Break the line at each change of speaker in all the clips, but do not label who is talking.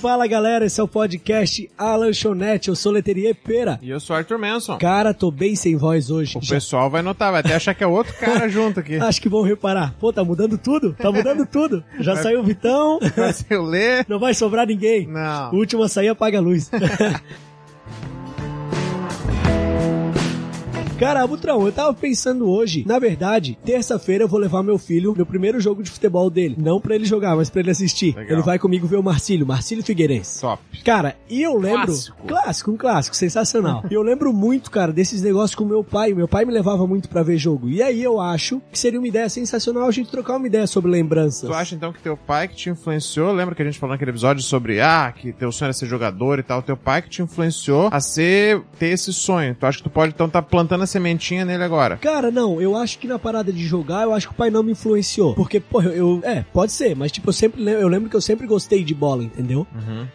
Fala galera, esse é o podcast A Lanchonete, eu sou Leterier Pera.
E eu sou Arthur Manson.
Cara, tô bem sem voz hoje.
O
Já-
pessoal vai notar, vai até achar que é outro cara junto aqui.
Acho que vão reparar. Pô, tá mudando tudo, tá mudando tudo. Já
É.
saiu o Vitão,
Mas eu lê.
não vai sobrar ninguém.
Não.
O último a sair apaga a luz. Cara, Butrão, eu tava pensando hoje, na verdade, terça-feira eu vou levar meu filho no primeiro jogo de futebol dele. Não pra ele jogar, mas pra ele assistir.
Legal.
Ele vai comigo ver o Marcílio, Marcílio Figueirense.
Top.
Cara, e eu lembro.
Clássico.
Clássico, um clássico, sensacional. E eu lembro muito, cara, desses negócios com meu pai. Meu pai me levava muito pra ver jogo. E aí eu acho que seria uma ideia sensacional a gente trocar uma ideia sobre lembranças.
Tu acha então que teu pai que te influenciou? Lembra que a gente falou naquele episódio sobre ah, que teu sonho era ser jogador e tal? Teu pai que te influenciou a ser ter esse sonho. Tu acha que tu pode então tá plantando a sementinha nele agora?
Cara, não, eu acho que na parada de jogar, eu acho que o pai não me influenciou. Porque, pô, eu, eu- É, pode ser, mas tipo, eu sempre lem- eu lembro que eu sempre gostei de bola, entendeu?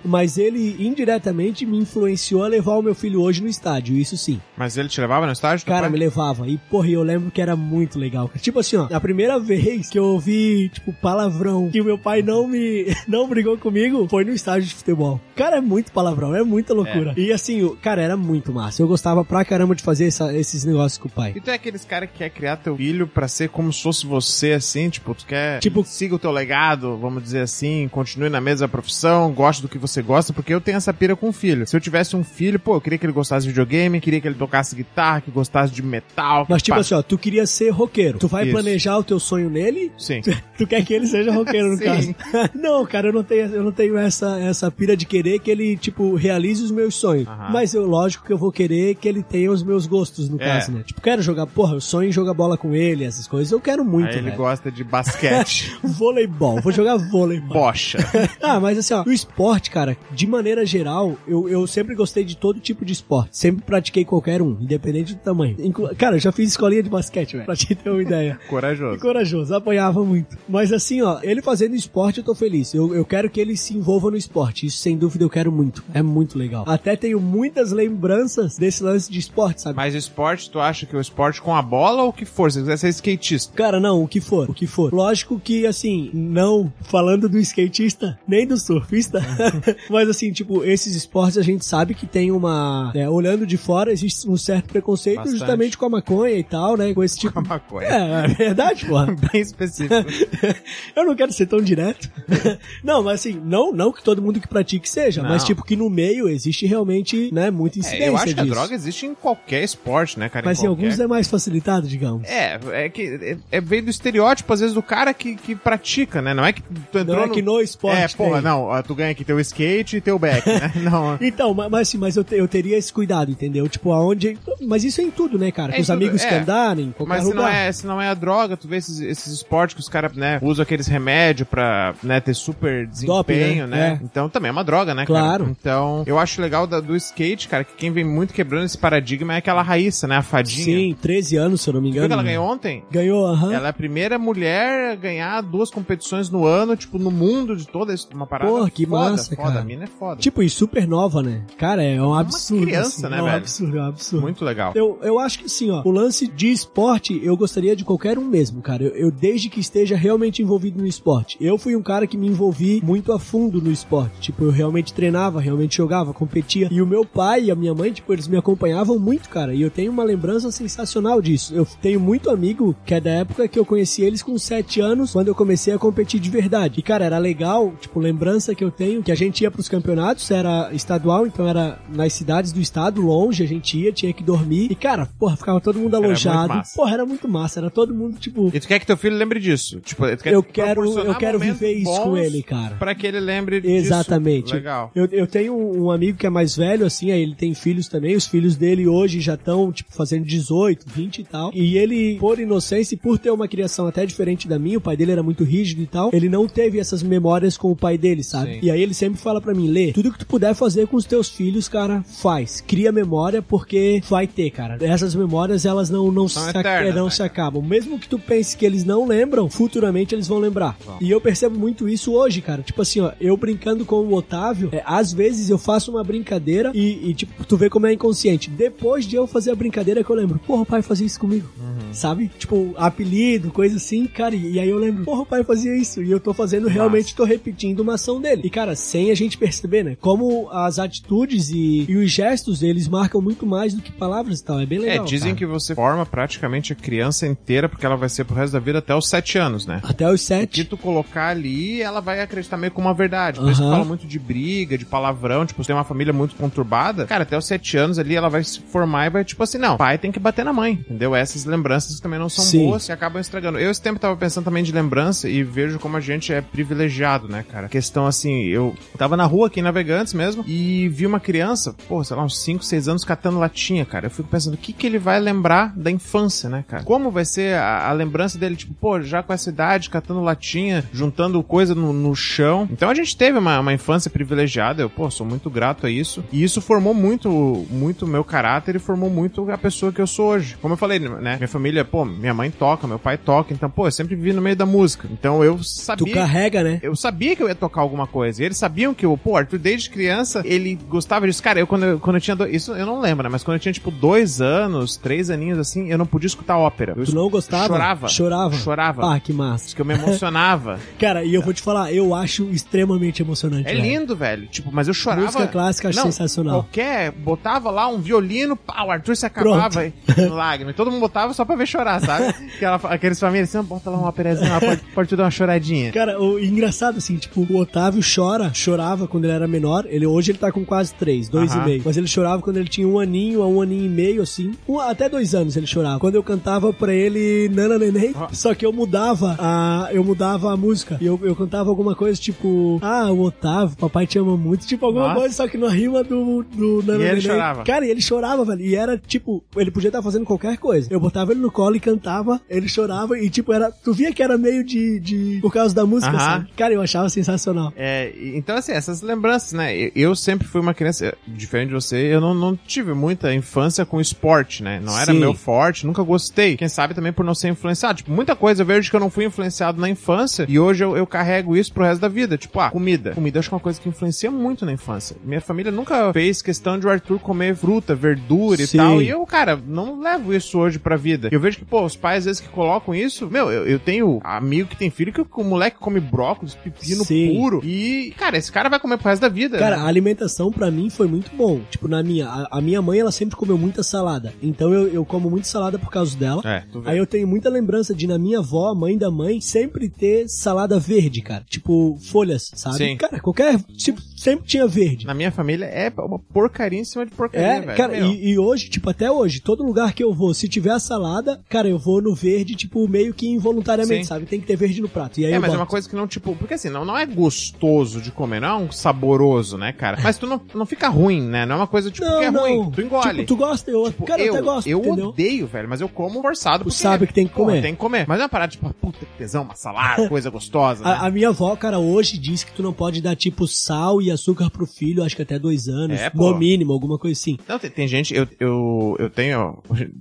Mas ele indiretamente me influenciou a levar o meu filho hoje no estádio, isso sim.
Mas ele te levava no estádio? teu
Cara,
pai?
me levava. E, porra, eu lembro que era muito legal. cara. Tipo assim, ó, a primeira vez que eu ouvi, tipo, palavrão que o meu pai não me não brigou comigo foi no estádio de futebol. Cara, é muito palavrão, é muita loucura. E assim, o- cara, era muito massa. Eu gostava pra caramba de fazer essa- esses negócios com o pai.
E tu é aqueles cara que quer criar teu filho pra ser como se fosse você, assim, tipo, tu quer
Tipo-
siga o teu legado, vamos dizer assim, continue na mesma profissão, goste do que você gosta, porque eu tenho essa pira com filho. Se eu tivesse um filho, pô, eu queria que ele gostasse de videogame, queria que ele tocasse guitarra, que gostasse de metal.
Mas tipo
pá.
assim, ó, tu queria ser roqueiro. Tu vai
Isso.
planejar o teu sonho nele?
Sim.
Tu quer que ele seja roqueiro, no
Sim.
caso. não, cara, eu não tenho, eu não tenho essa, essa pira de querer que ele, tipo, realize os meus sonhos.
Aham.
Mas eu, lógico que eu vou querer que ele tenha os meus gostos, no
É.
caso, né? Tipo, quero jogar, porra, eu sonho em jogar bola com ele, essas coisas. Eu quero muito,
Aí ele
velho.
gosta de basquete.
Voleibol, vou jogar voleibol.
Bocha.
Ah, mas assim, ó, o esporte, cara, de maneira geral, eu, eu sempre gostei de todo tipo de esporte. Sempre pratiquei qualquer um, independente do tamanho. Inclu- cara, eu já fiz escolinha de basquete, velho, pra te ter uma ideia. E
Corajoso.
corajoso, apanhava muito. Mas assim, ó, ele fazendo esporte, eu tô feliz. Eu, eu quero que ele se envolva no esporte. Isso, sem dúvida, eu quero muito. É muito legal. Até tenho muitas lembranças desse lance de esporte, sabe?
Mas esporte, tu acha que o esporte com a bola ou o que for? Se você quiser ser skatista.
Cara, não, o que for, o que for. Lógico que, assim, não falando do skatista, nem do surfista, mas assim, tipo, esses esportes a gente sabe que tem uma. né, olhando de fora, existe um certo preconceito
Bastante.
justamente com a maconha e tal, né? Com esse tipo.
Uma coisa.
É, é verdade, porra.
Bem específico.
Eu não quero ser tão direto. não, mas assim, não, não que todo mundo que pratique seja,
Não.
mas tipo que no meio existe realmente, né, muita incidência
É, eu acho que a
disso.
droga existe em qualquer esporte, né, cara?
mas em
qualquer
alguns é mais facilitado, digamos.
É, é que é, é- vem do estereótipo, às vezes, do cara que, que pratica, né? Não é que tu entrou
Não é que no esporte
É, porra,
tem.
não, ó, tu ganha aqui teu skate e teu back, né? Não.
Então, ma- mas assim, mas eu, te- eu teria esse cuidado, entendeu? Tipo, aonde. Mas isso é em tudo, né, cara?
É
Com
em
os
tudo,
amigos
é.
que andarem, em qualquer
Mas se
lugar.
não, é, se não é a droga, tu vê esses, esses esportes que os caras, né, usam aqueles remédios pra, né, ter super desempenho,
né?
né?
É.
Então também é uma droga, né,
Claro.
cara? Então, eu acho legal da- do skate, cara, que quem vem muito quebrando esse paradigma é aquela Raíssa, né, a fadinha.
Sim, 13 anos, se eu não me
Tu viu
engano.
que ela ganhou ontem?
Ganhou, aham.
Ela é a primeira mulher a ganhar duas competições no ano, tipo, no mundo de toda isso, uma parada.
Porra, que
foda,
massa,
foda,
cara.
A mina é foda.
Tipo, e super nova, né? Cara, é um absurdo.
criança,
assim,
né,
é um
velho?
absurdo, é um absurdo.
Muito legal.
Eu, eu acho que assim, ó, o lance de esporte eu gostaria de qualquer um mesmo, cara. Eu, eu desde que esteja realmente envolvido no esporte. Eu fui um cara que me envolvi muito a fundo no esporte. Tipo, eu realmente treinava, realmente jogava, competia. E o meu pai e a minha mãe, tipo, eles me acompanhavam muito, cara. E eu tenho uma lembrança sensacional disso. Eu tenho muito amigo que é da época que eu conheci eles com 7 anos, quando eu comecei a competir de verdade. E, cara, era legal, tipo, lembrança que eu tenho, que a gente ia pros campeonatos, era estadual, então era nas cidades do estado, longe, a gente ia, tinha que dormir. E, cara, porra, ficava todo mundo
muito
alojado.
massa.
porra, era muito massa, era todo mundo, tipo.
E tu quer que teu filho lembre disso? Tipo, tu quer
Eu quero, eu
proporcionar
quero
momentos
viver isso com
bons
ele, cara.
Pra que ele lembre disso.
Exatamente.
Legal.
Eu, eu tenho um amigo que é mais velho, assim, aí ele tem filhos também. Os filhos dele hoje já estão, tipo, fazendo 18, 20 e tal. E ele, por inocência e por ter uma criação até diferente da minha, o pai dele era muito rígido e tal, ele não teve essas memórias com o pai dele, sabe?
Sim.
E aí ele sempre fala pra mim, Lê, tudo que tu puder fazer com os teus filhos, cara, faz. Cria memória, porque vai ter, cara. Essas memórias, elas não, não,
São
se,
eternas,
não
né,
se
cara?
acabam. Mesmo que tu pense que eles não lembram, futuramente eles vão lembrar. E eu percebo muito isso hoje, cara. Tipo assim, ó, eu brincando com o Otávio, é, às vezes eu faço uma brincadeira e, e, tipo, tu vê como é inconsciente. Depois de eu fazer a brincadeira que eu lembro, porra, o pai fazia isso comigo.
Uhum.
sabe? Tipo, apelido, coisa assim, cara. E, e aí eu lembro, porra, o pai fazia isso. E eu tô fazendo, realmente tô repetindo uma ação dele. E, cara, sem a gente perceber, né? Como as atitudes e, e os gestos, eles marcam muito mais do que palavras e tal. É bem legal.
é, dizem
cara.
que você forma praticamente a criança inteira, porque ela vai ser pro resto da vida até os sete anos, né?
Até os
O que
sete.
tu colocar ali, ela vai acreditar meio como uma verdade. Por isso que
Aham.
fala muito de briga, de palavrão, tipo, se tem uma família muito conturbada, cara, até os sete anos ali ela vai se formar e vai, tipo assim, não, pai tem que bater na mãe, entendeu? Essas lembranças que também não são
Sim.
boas e acabam estragando. Eu esse tempo tava pensando também de lembrança e vejo como a gente é privilegiado, né, cara? Questão assim, eu tava na rua aqui em Navegantes mesmo e vi uma criança, pô, sei lá, uns 5, 6 anos catando latinha, cara. Eu fico pensando, o que que ele vai lembrar da infância, né, cara? Como vai ser a, a lembrança dele, tipo, pô, já com essa idade, catando latinha, juntando coisa no, no chão. Então a gente teve uma, uma infância privilegiada, eu, pô, sou muito grato a isso. E isso formou muito, muito o meu caráter e formou muito a pessoa que eu sou hoje. Como eu falei, né, minha família, pô, minha mãe toca, meu pai toca, então, pô, eu sempre vivi no meio da música. Então eu
Tu
sabia
carrega, né?
eu sabia que eu ia tocar alguma coisa. E eles sabiam que o pô, Arthur, desde criança, ele gostava disso. Cara, eu quando, eu- quando eu tinha. do- Isso eu não lembro, né? Mas quando eu tinha, tipo, dois anos, três aninhos assim, eu não podia escutar ópera. Eu
Tu não gostava?
Chorava.
Chorava.
Chorava.
Ah, que massa.
Diz que eu me emocionava.
Cara, e eu vou te falar, eu acho extremamente emocionante.
é
velho.
lindo, velho. Tipo, mas eu chorava.
Música clássica eu acho
Não,
sensacional.
Qualquer, botava lá um violino, pá, o Arthur se acabava aí, no lágrima. E todo mundo botava só pra ver chorar, sabe? Aquela, aqueles famílias assim, "Ah, bota lá uma operazinha, lá, pode, pode te dar uma choradinha.
Cara, o e engraçado assim, tipo, o Otávio chora, chorava quando ele era menor. Ele hoje ele tá com quase três, dois
Aham.
e meio. Mas ele chorava quando ele tinha um aninho a um aninho e meio, assim. Um- até dois anos ele chorava. Quando eu cantava pra ele Nana Neném,
Ah.
só que eu mudava a. Eu mudava a música. E eu, eu cantava alguma coisa, tipo, ah, o Otávio, papai te ama muito. Tipo, alguma
Nossa.
coisa, só que na rima do, do Nana
Ah. E
Neném.
ele chorava.
Cara, e ele chorava, velho. E era tipo, ele podia estar fazendo qualquer coisa. Eu botava ele no colo e cantava, ele chorava, e tipo, era. Tu via que era meio de. de por causa da música.
Aham.
Sabe? Cara, eu achava sensacional.
É, e- então, assim, essas lembranças, né? Eu- Eu sempre fui uma criança, eh, diferente de você, eu não, não tive muita infância com esporte, né? Não era
Sim.
meu forte, nunca gostei. Quem sabe também por não ser influenciado. Tipo, muita coisa eu vejo que eu não fui influenciado na infância e hoje eu, eu carrego isso pro resto da vida. Tipo, ah, comida. Comida eu acho que é uma coisa que influencia muito na infância. Minha família nunca fez questão de o Arthur comer fruta, verdura
Sim.
e tal. E eu, cara, não levo isso hoje pra vida. Eu vejo que, pô, os pais às vezes que colocam isso. Meu, eu, eu tenho amigo que tem filho que o moleque come brócolis, pepino
Sim.
puro. E, cara, esse cara vai comer pro resto da vida.
Cara,
né?
a alimentação pra mim foi muito bom. Tipo, na minha. A, a minha mãe, ela sempre comeu muita salada. Então eu, eu como muito salada por causa dela.
É, tu vê.
Aí eu tenho muita lembrança de na minha avó, mãe da mãe, sempre ter salada verde, cara. Tipo, folhas, sabe?
Sim.
Cara, qualquer. Tipo, sempre tinha verde.
Na minha família é uma porcaria em cima de porcaria,
É,
velho.
cara,
Meu.
e, e hoje, tipo, até hoje, todo lugar que eu vou, se tiver a salada, cara, eu vou no verde, tipo, meio que involuntariamente,
Sim.
sabe? Tem que ter verde no prato. E aí
É,
eu
mas é
boto.
uma coisa que não, tipo, porque assim, não, não é gostoso de comer, não é um saboroso, né, cara? Mas tu não, não fica ruim, né? Não é uma coisa, tipo, que é ruim, tu engole.
Tipo, tu gosta, eu,
Tipo,
cara, eu, até gosto,
eu
entendeu?
odeio, velho, mas eu como forçado.
Tu sabe que tem que
pô,
comer.
tem que comer. Mas é uma parada, tipo, ah, puta que tesão, uma salada, coisa gostosa, né?
A, a minha avó, cara, hoje diz que tu não pode dar, tipo, sal e açúcar pro filho, acho que até dois anos,
É, pô.
no mínimo, alguma coisa assim.
Não, tem, tem gente, eu, eu, eu tenho.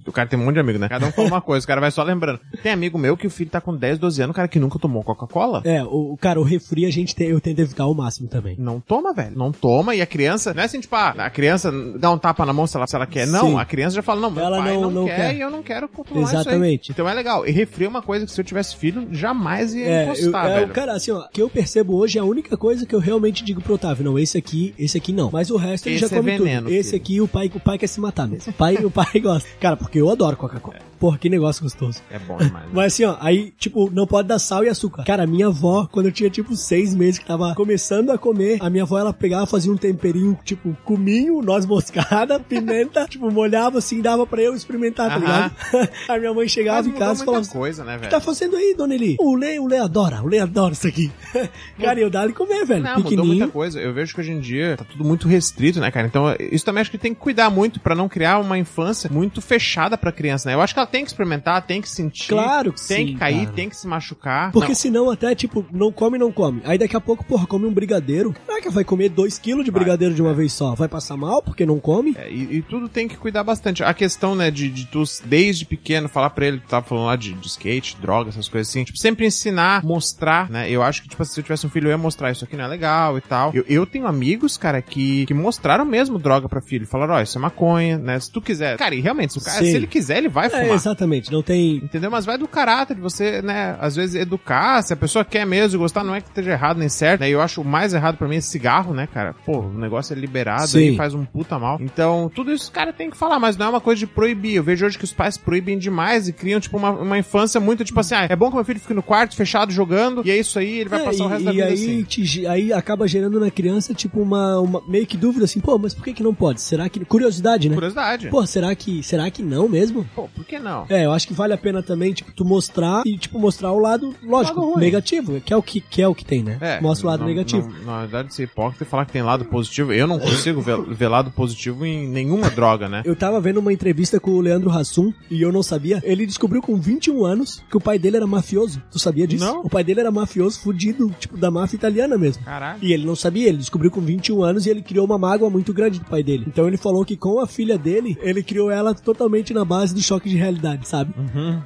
O cara tem um monte de amigo, né? Cada um fala uma coisa, o cara vai só lembrando. Tem amigo meu que o filho tá com 10, 12 anos, cara, que nunca tomou Coca-Cola.
É, o, o- cara, o refri a gente tem, eu tento evitar ao máximo também.
Não toma, velho. Não toma. E a criança, não é assim, tipo, ah, a criança dá um tapa na mão se ela, se ela quer. Não,
Sim.
a criança já fala, não, meu
Ela
pai não,
não- não
quer,
quer.
e eu não quero tomar
Exatamente.
isso aí. Então é legal. E refri é uma coisa que se eu tivesse filho, jamais ia
É, eu,
encostar,
é,
velho.
cara, assim, ó, que eu percebo hoje é a única coisa que eu realmente digo pro Otávio, não, esse aqui, esse aqui não. Mas o resto ele
Esse
já
é
come
veneno,
tudo. Esse
filho.
aqui o pai, o pai quer se matar mesmo. O pai, o pai gosta. Cara, porque eu adoro Coca-Cola. Porra, que negócio gostoso.
É bom demais. né?
Mas assim, ó, aí, tipo, não pode dar sal e açúcar. Cara, minha avó, quando eu tinha, tipo, seis meses que tava começando a comer, a minha avó, ela pegava, fazia um temperinho, tipo, cominho, noz moscada, pimenta, tipo, molhava assim, dava pra eu experimentar, tá
Aham.
ligado? aí minha mãe
Mas
chegava em
mudou
casa e falava
muita
assim,
coisa, né,
o que
velho?
tá fazendo aí, dona Eli? O Lê, o Lê adora, o Lê adora isso aqui. cara, eu dava e comer, velho.
Não, mudou muita
Pequenininho.
coisa. Eu vejo que hoje em dia tá tudo muito restrito, né, cara? Então, isso também acho que tem que cuidar muito pra não criar uma infância muito fechada pra criança, né? Eu acho que ela tem que experimentar, tem que sentir,
Claro que
tem
sim,
que cair,
cara.
tem que se machucar.
Porque
Não,
senão até, tipo, não come, não come. Aí daqui a pouco, porra, come um brigadeiro. Caraca, vai comer dois quilos de
Vai,
brigadeiro de uma vez só. Vai passar mal porque não come?
é, e, e tudo tem que cuidar bastante. A questão, né, de, de tu, desde pequeno, falar pra ele, tu tava falando lá de, de skate, droga, essas coisas assim. Tipo, sempre ensinar, mostrar, né? Eu acho que, tipo, se eu tivesse um filho, eu ia mostrar isso aqui não é legal e tal. Eu, eu Eu tenho amigos, cara, que, que mostraram mesmo droga pra filho. Falaram, ó, isso é maconha, né? Se tu quiser. Cara, e realmente, se o cara,
Sim.
se ele quiser, ele vai
É,
fumar.
exatamente, não tem.
Entendeu? Mas vai do caráter de você, né? Às vezes educar, se a pessoa quer mesmo e gostar, não é que esteja errado nem certo. Né? Eu acho o mais errado pra mim é cigarro, né, cara? Pô, o negócio é liberado
Sim.
aí faz um puta mal. Então, tudo isso, cara, tem que falar, mas não é uma coisa de proibir. Eu vejo hoje que os pais proíbem demais e criam, tipo, uma, uma infância muito, tipo assim, ah, é bom que meu filho fique no quarto, fechado, jogando, e é isso aí, ele vai
É,
passar o
e-
resto da
e
vida
aí,
assim.
te ge- aí acaba gerando na criança, tipo, uma, uma meio que dúvida assim, pô, mas por que, que não pode? Será que. Curiosidade, né?
Curiosidade.
Pô, será que. Será que não mesmo?
Pô, por que não?
É, eu acho que vale a pena também, tipo, tu mostrar e, tipo, mostrar o lado, lógico,
Lado ruim.
negativo, que é o que, que é o que tem, né? Mostra o lado
não-
negativo.
não- na verdade, ser hipócrita e falar que tem lado positivo, eu não consigo ver, ver lado positivo em nenhuma droga, né?
Eu tava vendo uma entrevista com o Leandro Hassum e eu não sabia. Ele descobriu com 21 anos que o pai dele era mafioso. Tu sabia disso?
Não.
O pai dele era mafioso, fudido, tipo, da máfia italiana mesmo.
Caralho.
E ele não sabia, ele descobriu com 21 anos e ele criou uma mágoa muito grande do pai dele. Então ele falou que com a filha dele, ele criou ela totalmente na base do choque de realidade, sabe?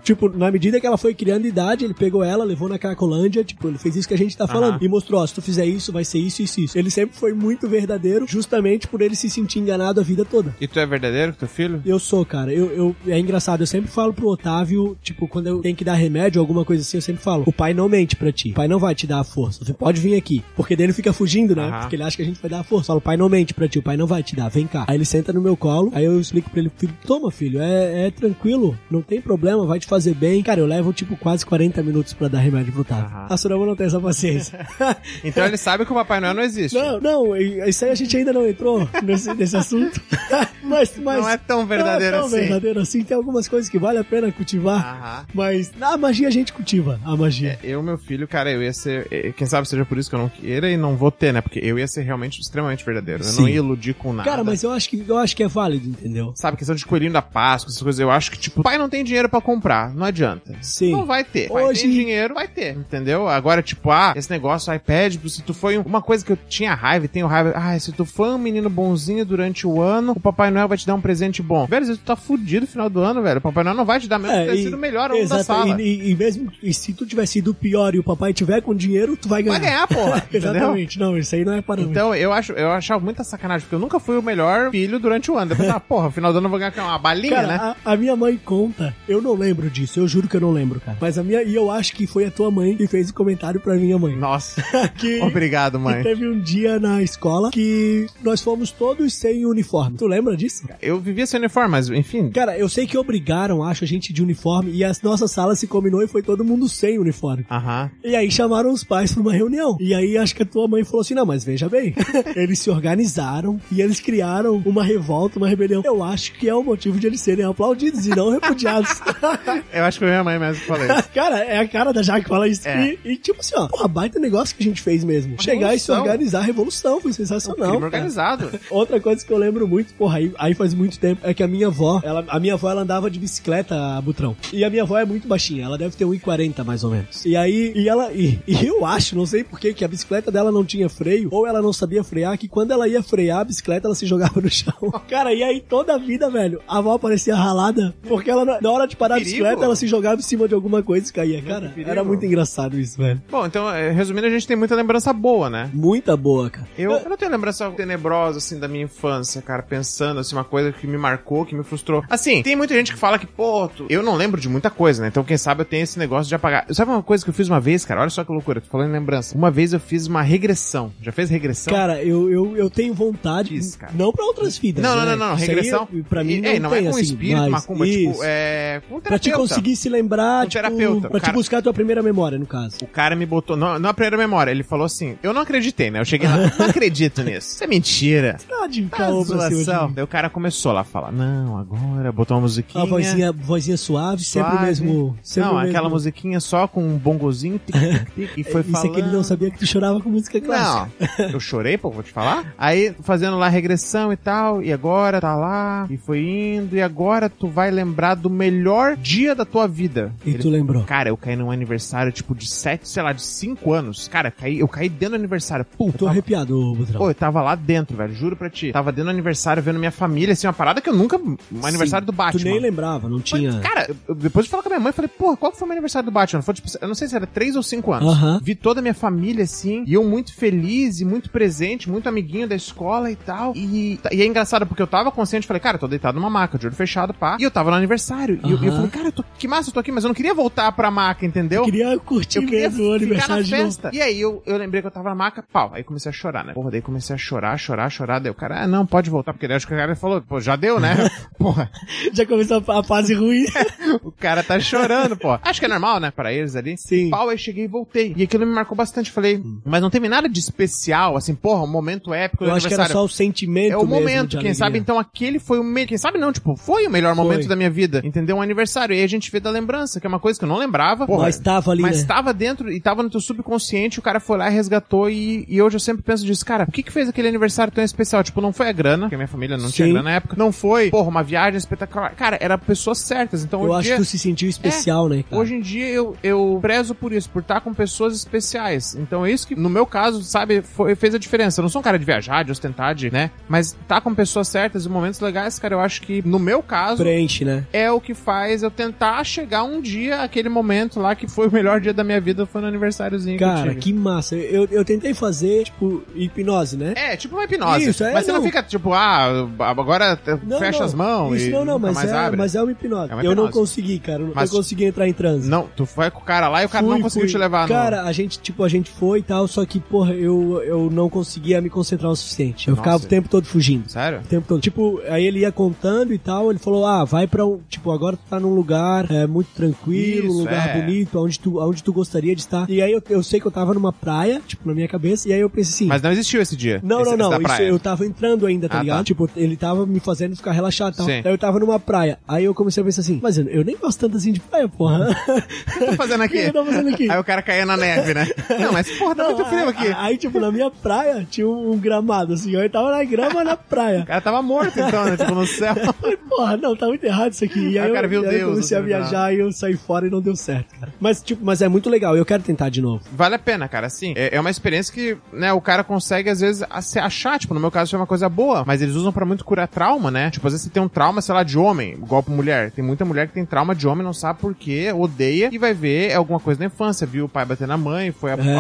Tipo, na medida que ela foi criando idade, ele pegou ela, levou na Cracolândia, tipo, ele fez isso que a gente tá falando. E mostrou, ó, se tu fizer isso, vai ser isso, isso, isso. Ele sempre foi muito verdadeiro, justamente por ele se sentir enganado a vida toda.
E tu é verdadeiro com teu filho?
Eu sou, cara. Eu, eu- é engraçado. Eu sempre falo pro Otávio, tipo, quando eu tenho que dar remédio ou alguma coisa assim, eu sempre falo: o pai não mente pra ti. O pai não vai te dar a força. Você pode vir aqui. Porque daí ele fica fugindo, né?
Aham.
Porque ele acha que a gente vai dar a força. Fala, o pai não mente pra ti. O pai não vai te dar. Vem cá. Aí ele senta no meu colo. Aí eu explico pra ele: filho, toma, filho. É, é tranquilo. Não tem problema. Vai te fazer bem. Cara, eu levo, tipo, quase 40 minutos pra dar remédio pro Otávio.
Aham.
A Sorama não tem essa paciência.
Então ele sabe que o Papai Noel não existe.
Não, não, isso aí a gente ainda não entrou nesse, nesse assunto. mas, mas.
Não é tão verdadeiro
não é tão
assim.
verdadeiro assim. Tem algumas coisas que vale a pena cultivar.
Aham. É,
Mas a magia a gente cultiva, a magia.
Eu, meu filho, cara, eu ia ser. eh, Quem sabe seja por isso que eu não queira e não vou ter, né? Porque eu ia ser realmente extremamente verdadeiro. Eu não
Sim.
ia iludir com nada.
Cara, mas eu acho, que, eu acho que é válido, entendeu?
Sabe, questão de coelhinho da Páscoa, essas coisas. Eu acho que, tipo, pai não tem dinheiro pra comprar. Não adianta.
Sim.
Não Então vai ter. Pai
Hoje-
tem dinheiro, vai ter. Entendeu? Agora, tipo, ah, esse negócio, iPad, se tu foi um- uma coisa que eu tinha raiva e tenho raiva. Ah, se tu foi um menino bonzinho durante o ano, o Papai Noel vai te dar um presente bom. Velho, se tu tá fudido no final do ano, velho. O Papai Noel não vai te dar mesmo
É,
que tenha
e-
sido o melhor aluno um da
exato,
sala.
E, e- e mesmo e se tu tiver sido o pior e o papai tiver com dinheiro, tu vai ganhar.
Vai ganhar, porra. entendeu?
Exatamente, não, isso aí não é parâmetro.
Então, eu, acho, eu achava muita sacanagem, porque eu nunca fui o melhor filho durante o ano. Depois, ah, porra, final do ano eu vou ganhar uma balinha,
Cara,
né?
a, a minha mãe conta, eu não lembro disso, eu juro que eu não lembro, cara. Mas a minha, e eu acho que foi a tua mãe que fez o comentário pra minha mãe.
Nossa.
Que-
Obrigado,
que
mãe.
teve um dia na escola que nós fomos todos sem uniforme. Tu lembra disso?
Eu vivia sem uniforme, mas enfim.
Cara, eu sei que obrigaram, acho, a gente de uniforme e a nossa sala se combinou e foi todo mundo sem uniforme.
Aham.
E aí chamaram os pais pra uma reunião. E aí acho que a tua mãe falou assim: não, mas veja bem. eles se organizaram e eles criaram uma revolta, uma rebelião. Eu acho que é o motivo de eles serem aplaudidos e não repudiados.
Eu acho que foi minha mãe mesmo que falei.
cara, é a cara da Jaque falar isso.
É.
E, e tipo assim, ó, porra, baita negócio que a gente fez mesmo. Chegar e se
revolução.
organizar, revolução, foi
Crime
sensacional. cara.
organizado.
Outra coisa que eu lembro muito, porra, aí, aí faz muito tempo, é que a minha avó, ela, a minha avó, ela andava de bicicleta, Butrão. E a minha avó é muito baixinha, ela deve ter 1,40 mais ou menos. E aí, e ela, e, e eu acho, não sei porquê, que a bicicleta dela não tinha freio, ou ela não sabia frear, que quando ela ia frear a bicicleta, ela se jogava no chão. Cara, e aí toda a vida, velho, a avó parecia ralada, porque ela, na na hora de parar a
Perigo.
bicicleta, ela se jogava em cima de alguma coisa e caía. Cara,
perigo.
era muito engraçado isso, velho.
Bom, então, eh, resumindo, a gente tem muita lembrança boa, né?
Muita boa, cara.
Eu, eu não tenho lembrança tenebrosa, assim, da minha infância, cara, pensando, assim, uma coisa que me marcou, que me frustrou. Assim, tem muita gente que fala que, pô, tu- eu não lembro de muita coisa, né? Então, quem sabe eu tenho esse negócio de apagar. Sabe uma coisa que eu fiz uma vez, cara? Olha só que loucura, tô falando em lembrança. Uma vez eu fiz uma regressão. Já fez regressão?
Cara, eu, eu, eu tenho vontade.
Isso, Então, cara.
Não pra outras vidas.
não, não,
né?
não, não, não,
Isso aí,
regressão.
pra mim,
E-
não,
é, não
tem,
é com
assim,
espírito,
mas-
macumba, tipo,
isso.
é. Com
Pra te
terapeuta.
conseguir se lembrar,
Um
tipo,
terapeuta,
pra te
cara.
buscar a tua primeira memória, no caso.
O cara me botou. Não, não a primeira memória, ele falou assim: Eu não acreditei, né? Eu cheguei lá, não acredito nisso. Isso é mentira.
Ah, de
Tá
caô pra cima de
zoação.
mim.
Daí o cara começou lá a falar, não, agora, botou uma musiquinha.
Uma Ah, vozinha, vozinha suave, sempre o
é? suave.
mesmo. Sempre
não,
o mesmo.
aquela musiquinha só com um bongozinho, tic, tic, tic, e foi
Isso
falando.
é que ele não é sabia que tu chorava com música clássica.
Não, eu chorei, pô, vou te falar. Aí, fazendo lá a regressão e tal, e agora tá lá, e foi indo, e agora tu vai lembrar do melhor dia da tua vida.
E
Ele
tu lembrou.
Cara, eu caí num aniversário, tipo, de sete, sei lá, de cinco anos. Cara, eu caí, eu caí dentro do aniversário. Pum,
Eu tô arrepiado, ô, Butrão.
Pô, eu tava lá dentro, velho, juro pra ti. Tava dentro do aniversário, vendo minha família, assim, uma parada que eu nunca... Um aniversário do Batman.
Tu nem lembrava, não
Foi-
tinha.
Cara, eu- eu- depois de falar com a minha mãe, eu falei, porra, qual que foi o meu aniversário do Batman? Foi, tipo, eu não sei se era 3 ou 5 anos.
Aham.
Vi toda a minha família, assim, e eu muito feliz feliz e muito presente, muito amiguinho da escola e tal. E, e é engraçado porque eu tava consciente, falei, cara, eu tô deitado numa maca, de olho fechado, pá. E eu tava no aniversário. E eu,
Aham.
eu falei, cara, eu tô- que massa, eu tô aqui, mas eu não queria voltar pra maca, entendeu?
Eu queria curtir mesmo o
ficar na
aniversário de novo.
festa. E aí eu, eu lembrei que eu tava na maca, pau. Aí comecei a chorar, né? Porra, daí comecei a chorar, chorar, chorar. Daí o cara, ah, não, pode voltar, porque daí acho que o cara falou, pô, já deu, né? Porra,
Já começou a a fase ruim.
o cara tá chorando, pô. Acho que é normal, né? Pra eles ali.
Sim. Hum.
Pau, aí cheguei e voltei. E aquilo me marcou bastante. Falei, mas não teve nada de especial, assim, porra, um momento épico do
Eu acho que era
aniversário.
só o sentimento
É o
mesmo
momento,
de
quem
alegria.
sabe então aquele foi o melhor. Quem sabe não, tipo, foi o melhor
Foi.
momento da minha vida. Entendeu? Um aniversário. E aí a gente vê da lembrança, que é uma coisa que eu não lembrava. Porra,
Mas tava ali,
mas
né?
tava dentro e tava no teu subconsciente, o cara foi lá e resgatou. E, e hoje eu sempre penso disso, cara, o que que fez aquele aniversário tão especial? Tipo, não foi a grana, porque a minha família não tinha
Sim.
grana na época. Não foi, porra, uma viagem espetacular. Cara, era pessoas certas. Então
Eu
hoje, em
acho
dia,
que tu se sentiu especial, né? cara?
É, hoje em dia eu, eu prezo por isso, por estar com pessoas especiais. Então é isso que, no meu caso, sabe, foi- fez a diferença. Eu não sou um cara de viajar, de ostentar, de, né? Mas estar com pessoas certas e momentos legais, cara, eu acho que, no meu caso,
Preenche, né?
é o que faz eu tentar chegar um dia aquele momento lá que foi o melhor dia da minha vida, foi no aniversáriozinho que eu
Cara,
tive.
que massa. Eu, eu tentei fazer, tipo, hipnose, né?
É, tipo uma hipnose.
Isso, é,
mas você não.
não.
fica tipo, ah, agora te-
Não,
fecha
não.
as mãos
Isso
e
não, não,
nunca
mas,
mais
é,
abre.
mas é uma hipnose.
É uma
Eu não
hipnose.
consegui, cara. Eu não
Mas-
consegui entrar em transe.
Não, tu foi com o cara lá e o cara não
Fui,
conseguiu
fui.
te levar. no-
Cara, a gente, tipo, a gente foi e tal, só que, porra, eu, eu não conseguia me concentrar o suficiente. Eu
Nossa.
ficava o tempo todo fugindo.
Sério?
O tempo todo. Tipo, aí ele ia contando e tal, ele falou, ah, vai pra um... Tipo, agora tu tá num lugar é, muito tranquilo,
Isso,
um lugar
é.
bonito, onde tu, aonde tu gostaria de estar. E aí eu, eu sei que eu tava numa praia, tipo, na minha cabeça, e aí eu pensei assim...
Mas não existiu esse dia.
Não,
esse,
não,
esse
não.
da
Isso,
praia.
eu tava entrando ainda, tá
Ah,
ligado?
tá.
Tipo, ele tava me fazendo ficar relaxado e tal.
Sim.
Aí eu tava numa praia. Aí eu comecei a pensar assim, mas eu, eu nem gosto tanto assim de praia, porra.
O que eu tô fazendo
O que
aqui?
eu tô fazendo aqui?
Aí o cara caiu na neve, né? Não, mas porra, tá muito frio aqui.
Aí, aí, tipo, na minha praia tinha um, um gramado, assim. Eu tava na grama na praia.
O cara tava morto então, né? Tipo, no céu.
Falei, porra, não, tá muito errado isso aqui. E
Aí
aí,
o cara
eu,
viu
aí eu
Deus,
comecei a
assim, no final.
viajar e eu saí fora e não deu certo, cara. Mas, tipo, mas é muito legal. Eu quero tentar de novo.
Vale a pena, cara, sim. É, é uma experiência que, né, o cara consegue, às vezes, a- se achar. Tipo, no meu caso foi uma coisa boa, mas eles usam pra muito curar trauma, né? Tipo, às vezes você tem um trauma, sei lá, de homem, igual pra mulher. Tem muita mulher que tem trauma de homem, não sabe por quê, odeia e vai ver é alguma coisa na infância. Viu o pai bater na mãe, foi ab-
É.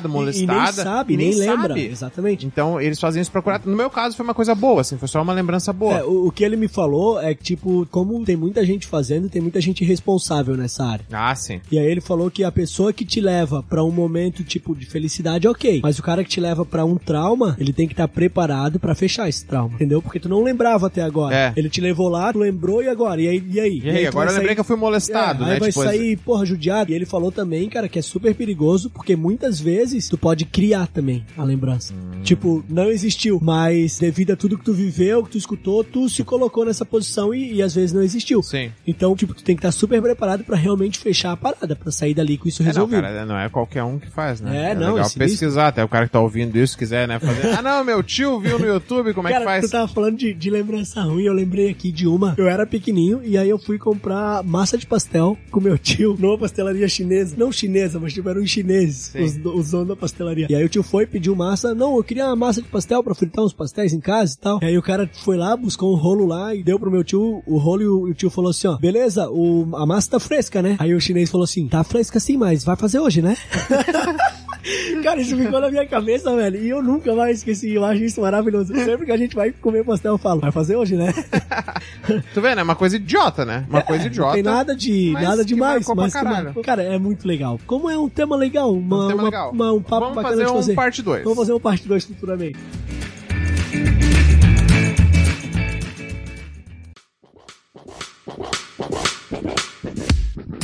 E-
Tá molestada.
E, nem sabe,
e
nem, lembra.
sabe.
Exatamente.
Então, eles fazem isso pra curar. No meu caso, foi uma coisa boa, assim, foi só uma lembrança boa.
É, o, o que ele me falou é que, tipo, como tem muita gente fazendo, tem muita gente responsável nessa área.
Ah, sim.
E aí ele falou que a pessoa que te leva pra um momento tipo de felicidade, ok. Mas o cara que te leva pra um trauma, ele tem que estar preparado pra fechar esse trauma, entendeu? Porque tu não lembrava até agora.
É.
Ele te levou lá, tu lembrou e agora? E aí? E aí,
E aí,
tu vai
agora eu lembrei
sair-
que eu fui molestado,
é,
né?
Aí vai
tipo,
sair, porra, judiado. E ele falou também, cara, que é super perigoso, porque muitas vezes tu pode criar também a lembrança.
Hum.
Tipo, não existiu, mas devido a tudo que tu viveu, que tu escutou, tu se colocou nessa posição e, e às vezes não existiu.
Sim.
Então, tipo, tu tem que estar super preparado pra realmente fechar a parada, pra sair dali com isso
É, não,
resolvido.
cara, não é qualquer um que faz, né?
É, não, é
legal
sinistro.
pesquisar, até o cara que tá ouvindo isso quiser, né? Fazer, ah, não, meu tio viu no YouTube, como é que
Cara,
faz?
tu tá- tava falando de, de lembrança ruim, eu lembrei aqui de uma. Eu era pequenininho e aí eu fui comprar massa de pastel com meu tio numa pastelaria chinesa. Não chinesa, mas tipo, eram os chineses,
Sim.
os, do- os donos da pastelaria. E aí o tio foi, pediu massa. Não, eu queria uma massa de pastel pra fritar uns pastéis em casa e tal. E aí o cara foi lá, buscou um rolo lá e deu pro meu tio o rolo e o, e o tio falou assim, ó, beleza, o, a massa tá fresca, né? Aí o chinês falou assim, tá fresca sim, mas vai fazer hoje, né? Cara, isso ficou na minha cabeça, velho. E eu nunca mais esqueci. Eu acho isso maravilhoso. Sempre que a gente vai comer pastel, eu falo, vai fazer hoje, né?
Tu vê, né? Uma coisa idiota, né? Uma coisa idiota.
É, Não tem nada de
mas
nada
que
demais,
marcou pra
mas que
caralho.
marcou. cara, é muito legal. Como é um tema legal, uma,
Um tema
uma-
legal.
uma- um papo
Vamos
bacana
fazer
de
um
fazer.
parte dois.
Vamos fazer um parte 2 futuramente.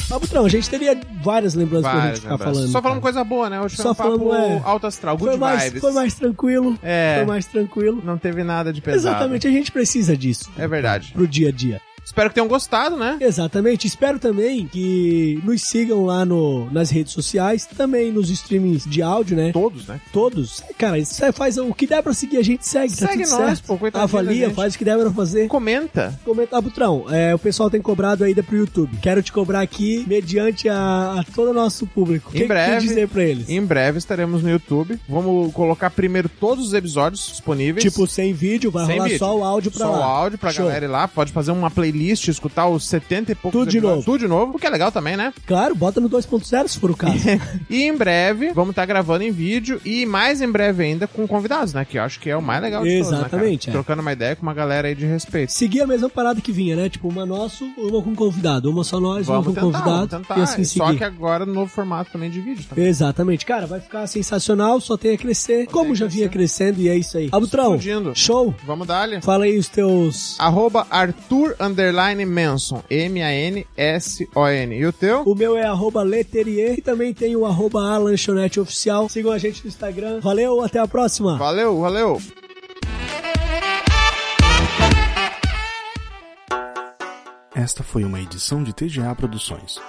Abutrão, Ah, a gente teria várias lembranças pra
Várias
gente ficar
lembranças.
falando.
Só
cara.
falando coisa boa, né? Hoje foi
Só
um papo
falando, é.
alto astral, good
foi mais,
vibes.
foi mais tranquilo.
É.
Foi mais tranquilo.
Não teve nada de pesado.
Exatamente, a gente precisa disso
É verdade.
pro dia a dia.
Espero que tenham gostado, né?
Exatamente. Espero também que nos sigam lá no, nas redes sociais, também nos streamings de áudio, né?
Todos, né?
Todos. Cara, isso aí faz o que der pra seguir, a gente segue. tá
Segue
tudo
nós,
certo.
pô, coitadinho da
Avalia,
gente.
faz o que der pra fazer.
Comenta.
Comentar, Butrão, é, o pessoal tem cobrado ainda pro YouTube. Quero te cobrar aqui, mediante a, a todo o nosso público. O que que tu
breve.
dizer pra eles?
Em breve estaremos no YouTube. Vamos colocar primeiro todos os episódios disponíveis.
Tipo, sem vídeo, vai
Sem
rolar
vídeo.
só o áudio pra
Só
lá.
o áudio pra
Show.
galera ir lá. Pode fazer uma playlist, escutar os 70 e poucos
Tudo de
episódios,
novo.
Tudo de novo, porque é legal também, né?
Claro, bota no 2.0 se for o caso.
E em breve, vamos estar gravando em vídeo e mais em breve ainda com convidados, né? Que eu acho que é o mais legal de todos, né,
Exatamente,
cara?
é.
Trocando uma ideia com uma galera aí de respeito.
Seguir a mesma parada que vinha, né? Tipo, uma nosso, uma com convidado. Uma só nós,
Vamos
uma
tentar,
com convidado.
vamos tentar. é
E assim
Só
seguir.
que agora no novo formato também de vídeo. Tá
Exatamente. Cara, vai ficar sensacional, só tem a crescer. Como já vinha crescendo e é isso aí. Abutrão,
explodindo.
show.
Vamos dar-lhe?
Fala aí os teus...
Arroba Arthur Underline Manson. M-A-N-S-O-N. E o teu?
O meu é arroba Leterier e também tem o arroba a lanchonete oficial. Sigam a gente no Instagram. Valeu, até a próxima.
Valeu, valeu.
Esta foi uma edição de TGA Produções.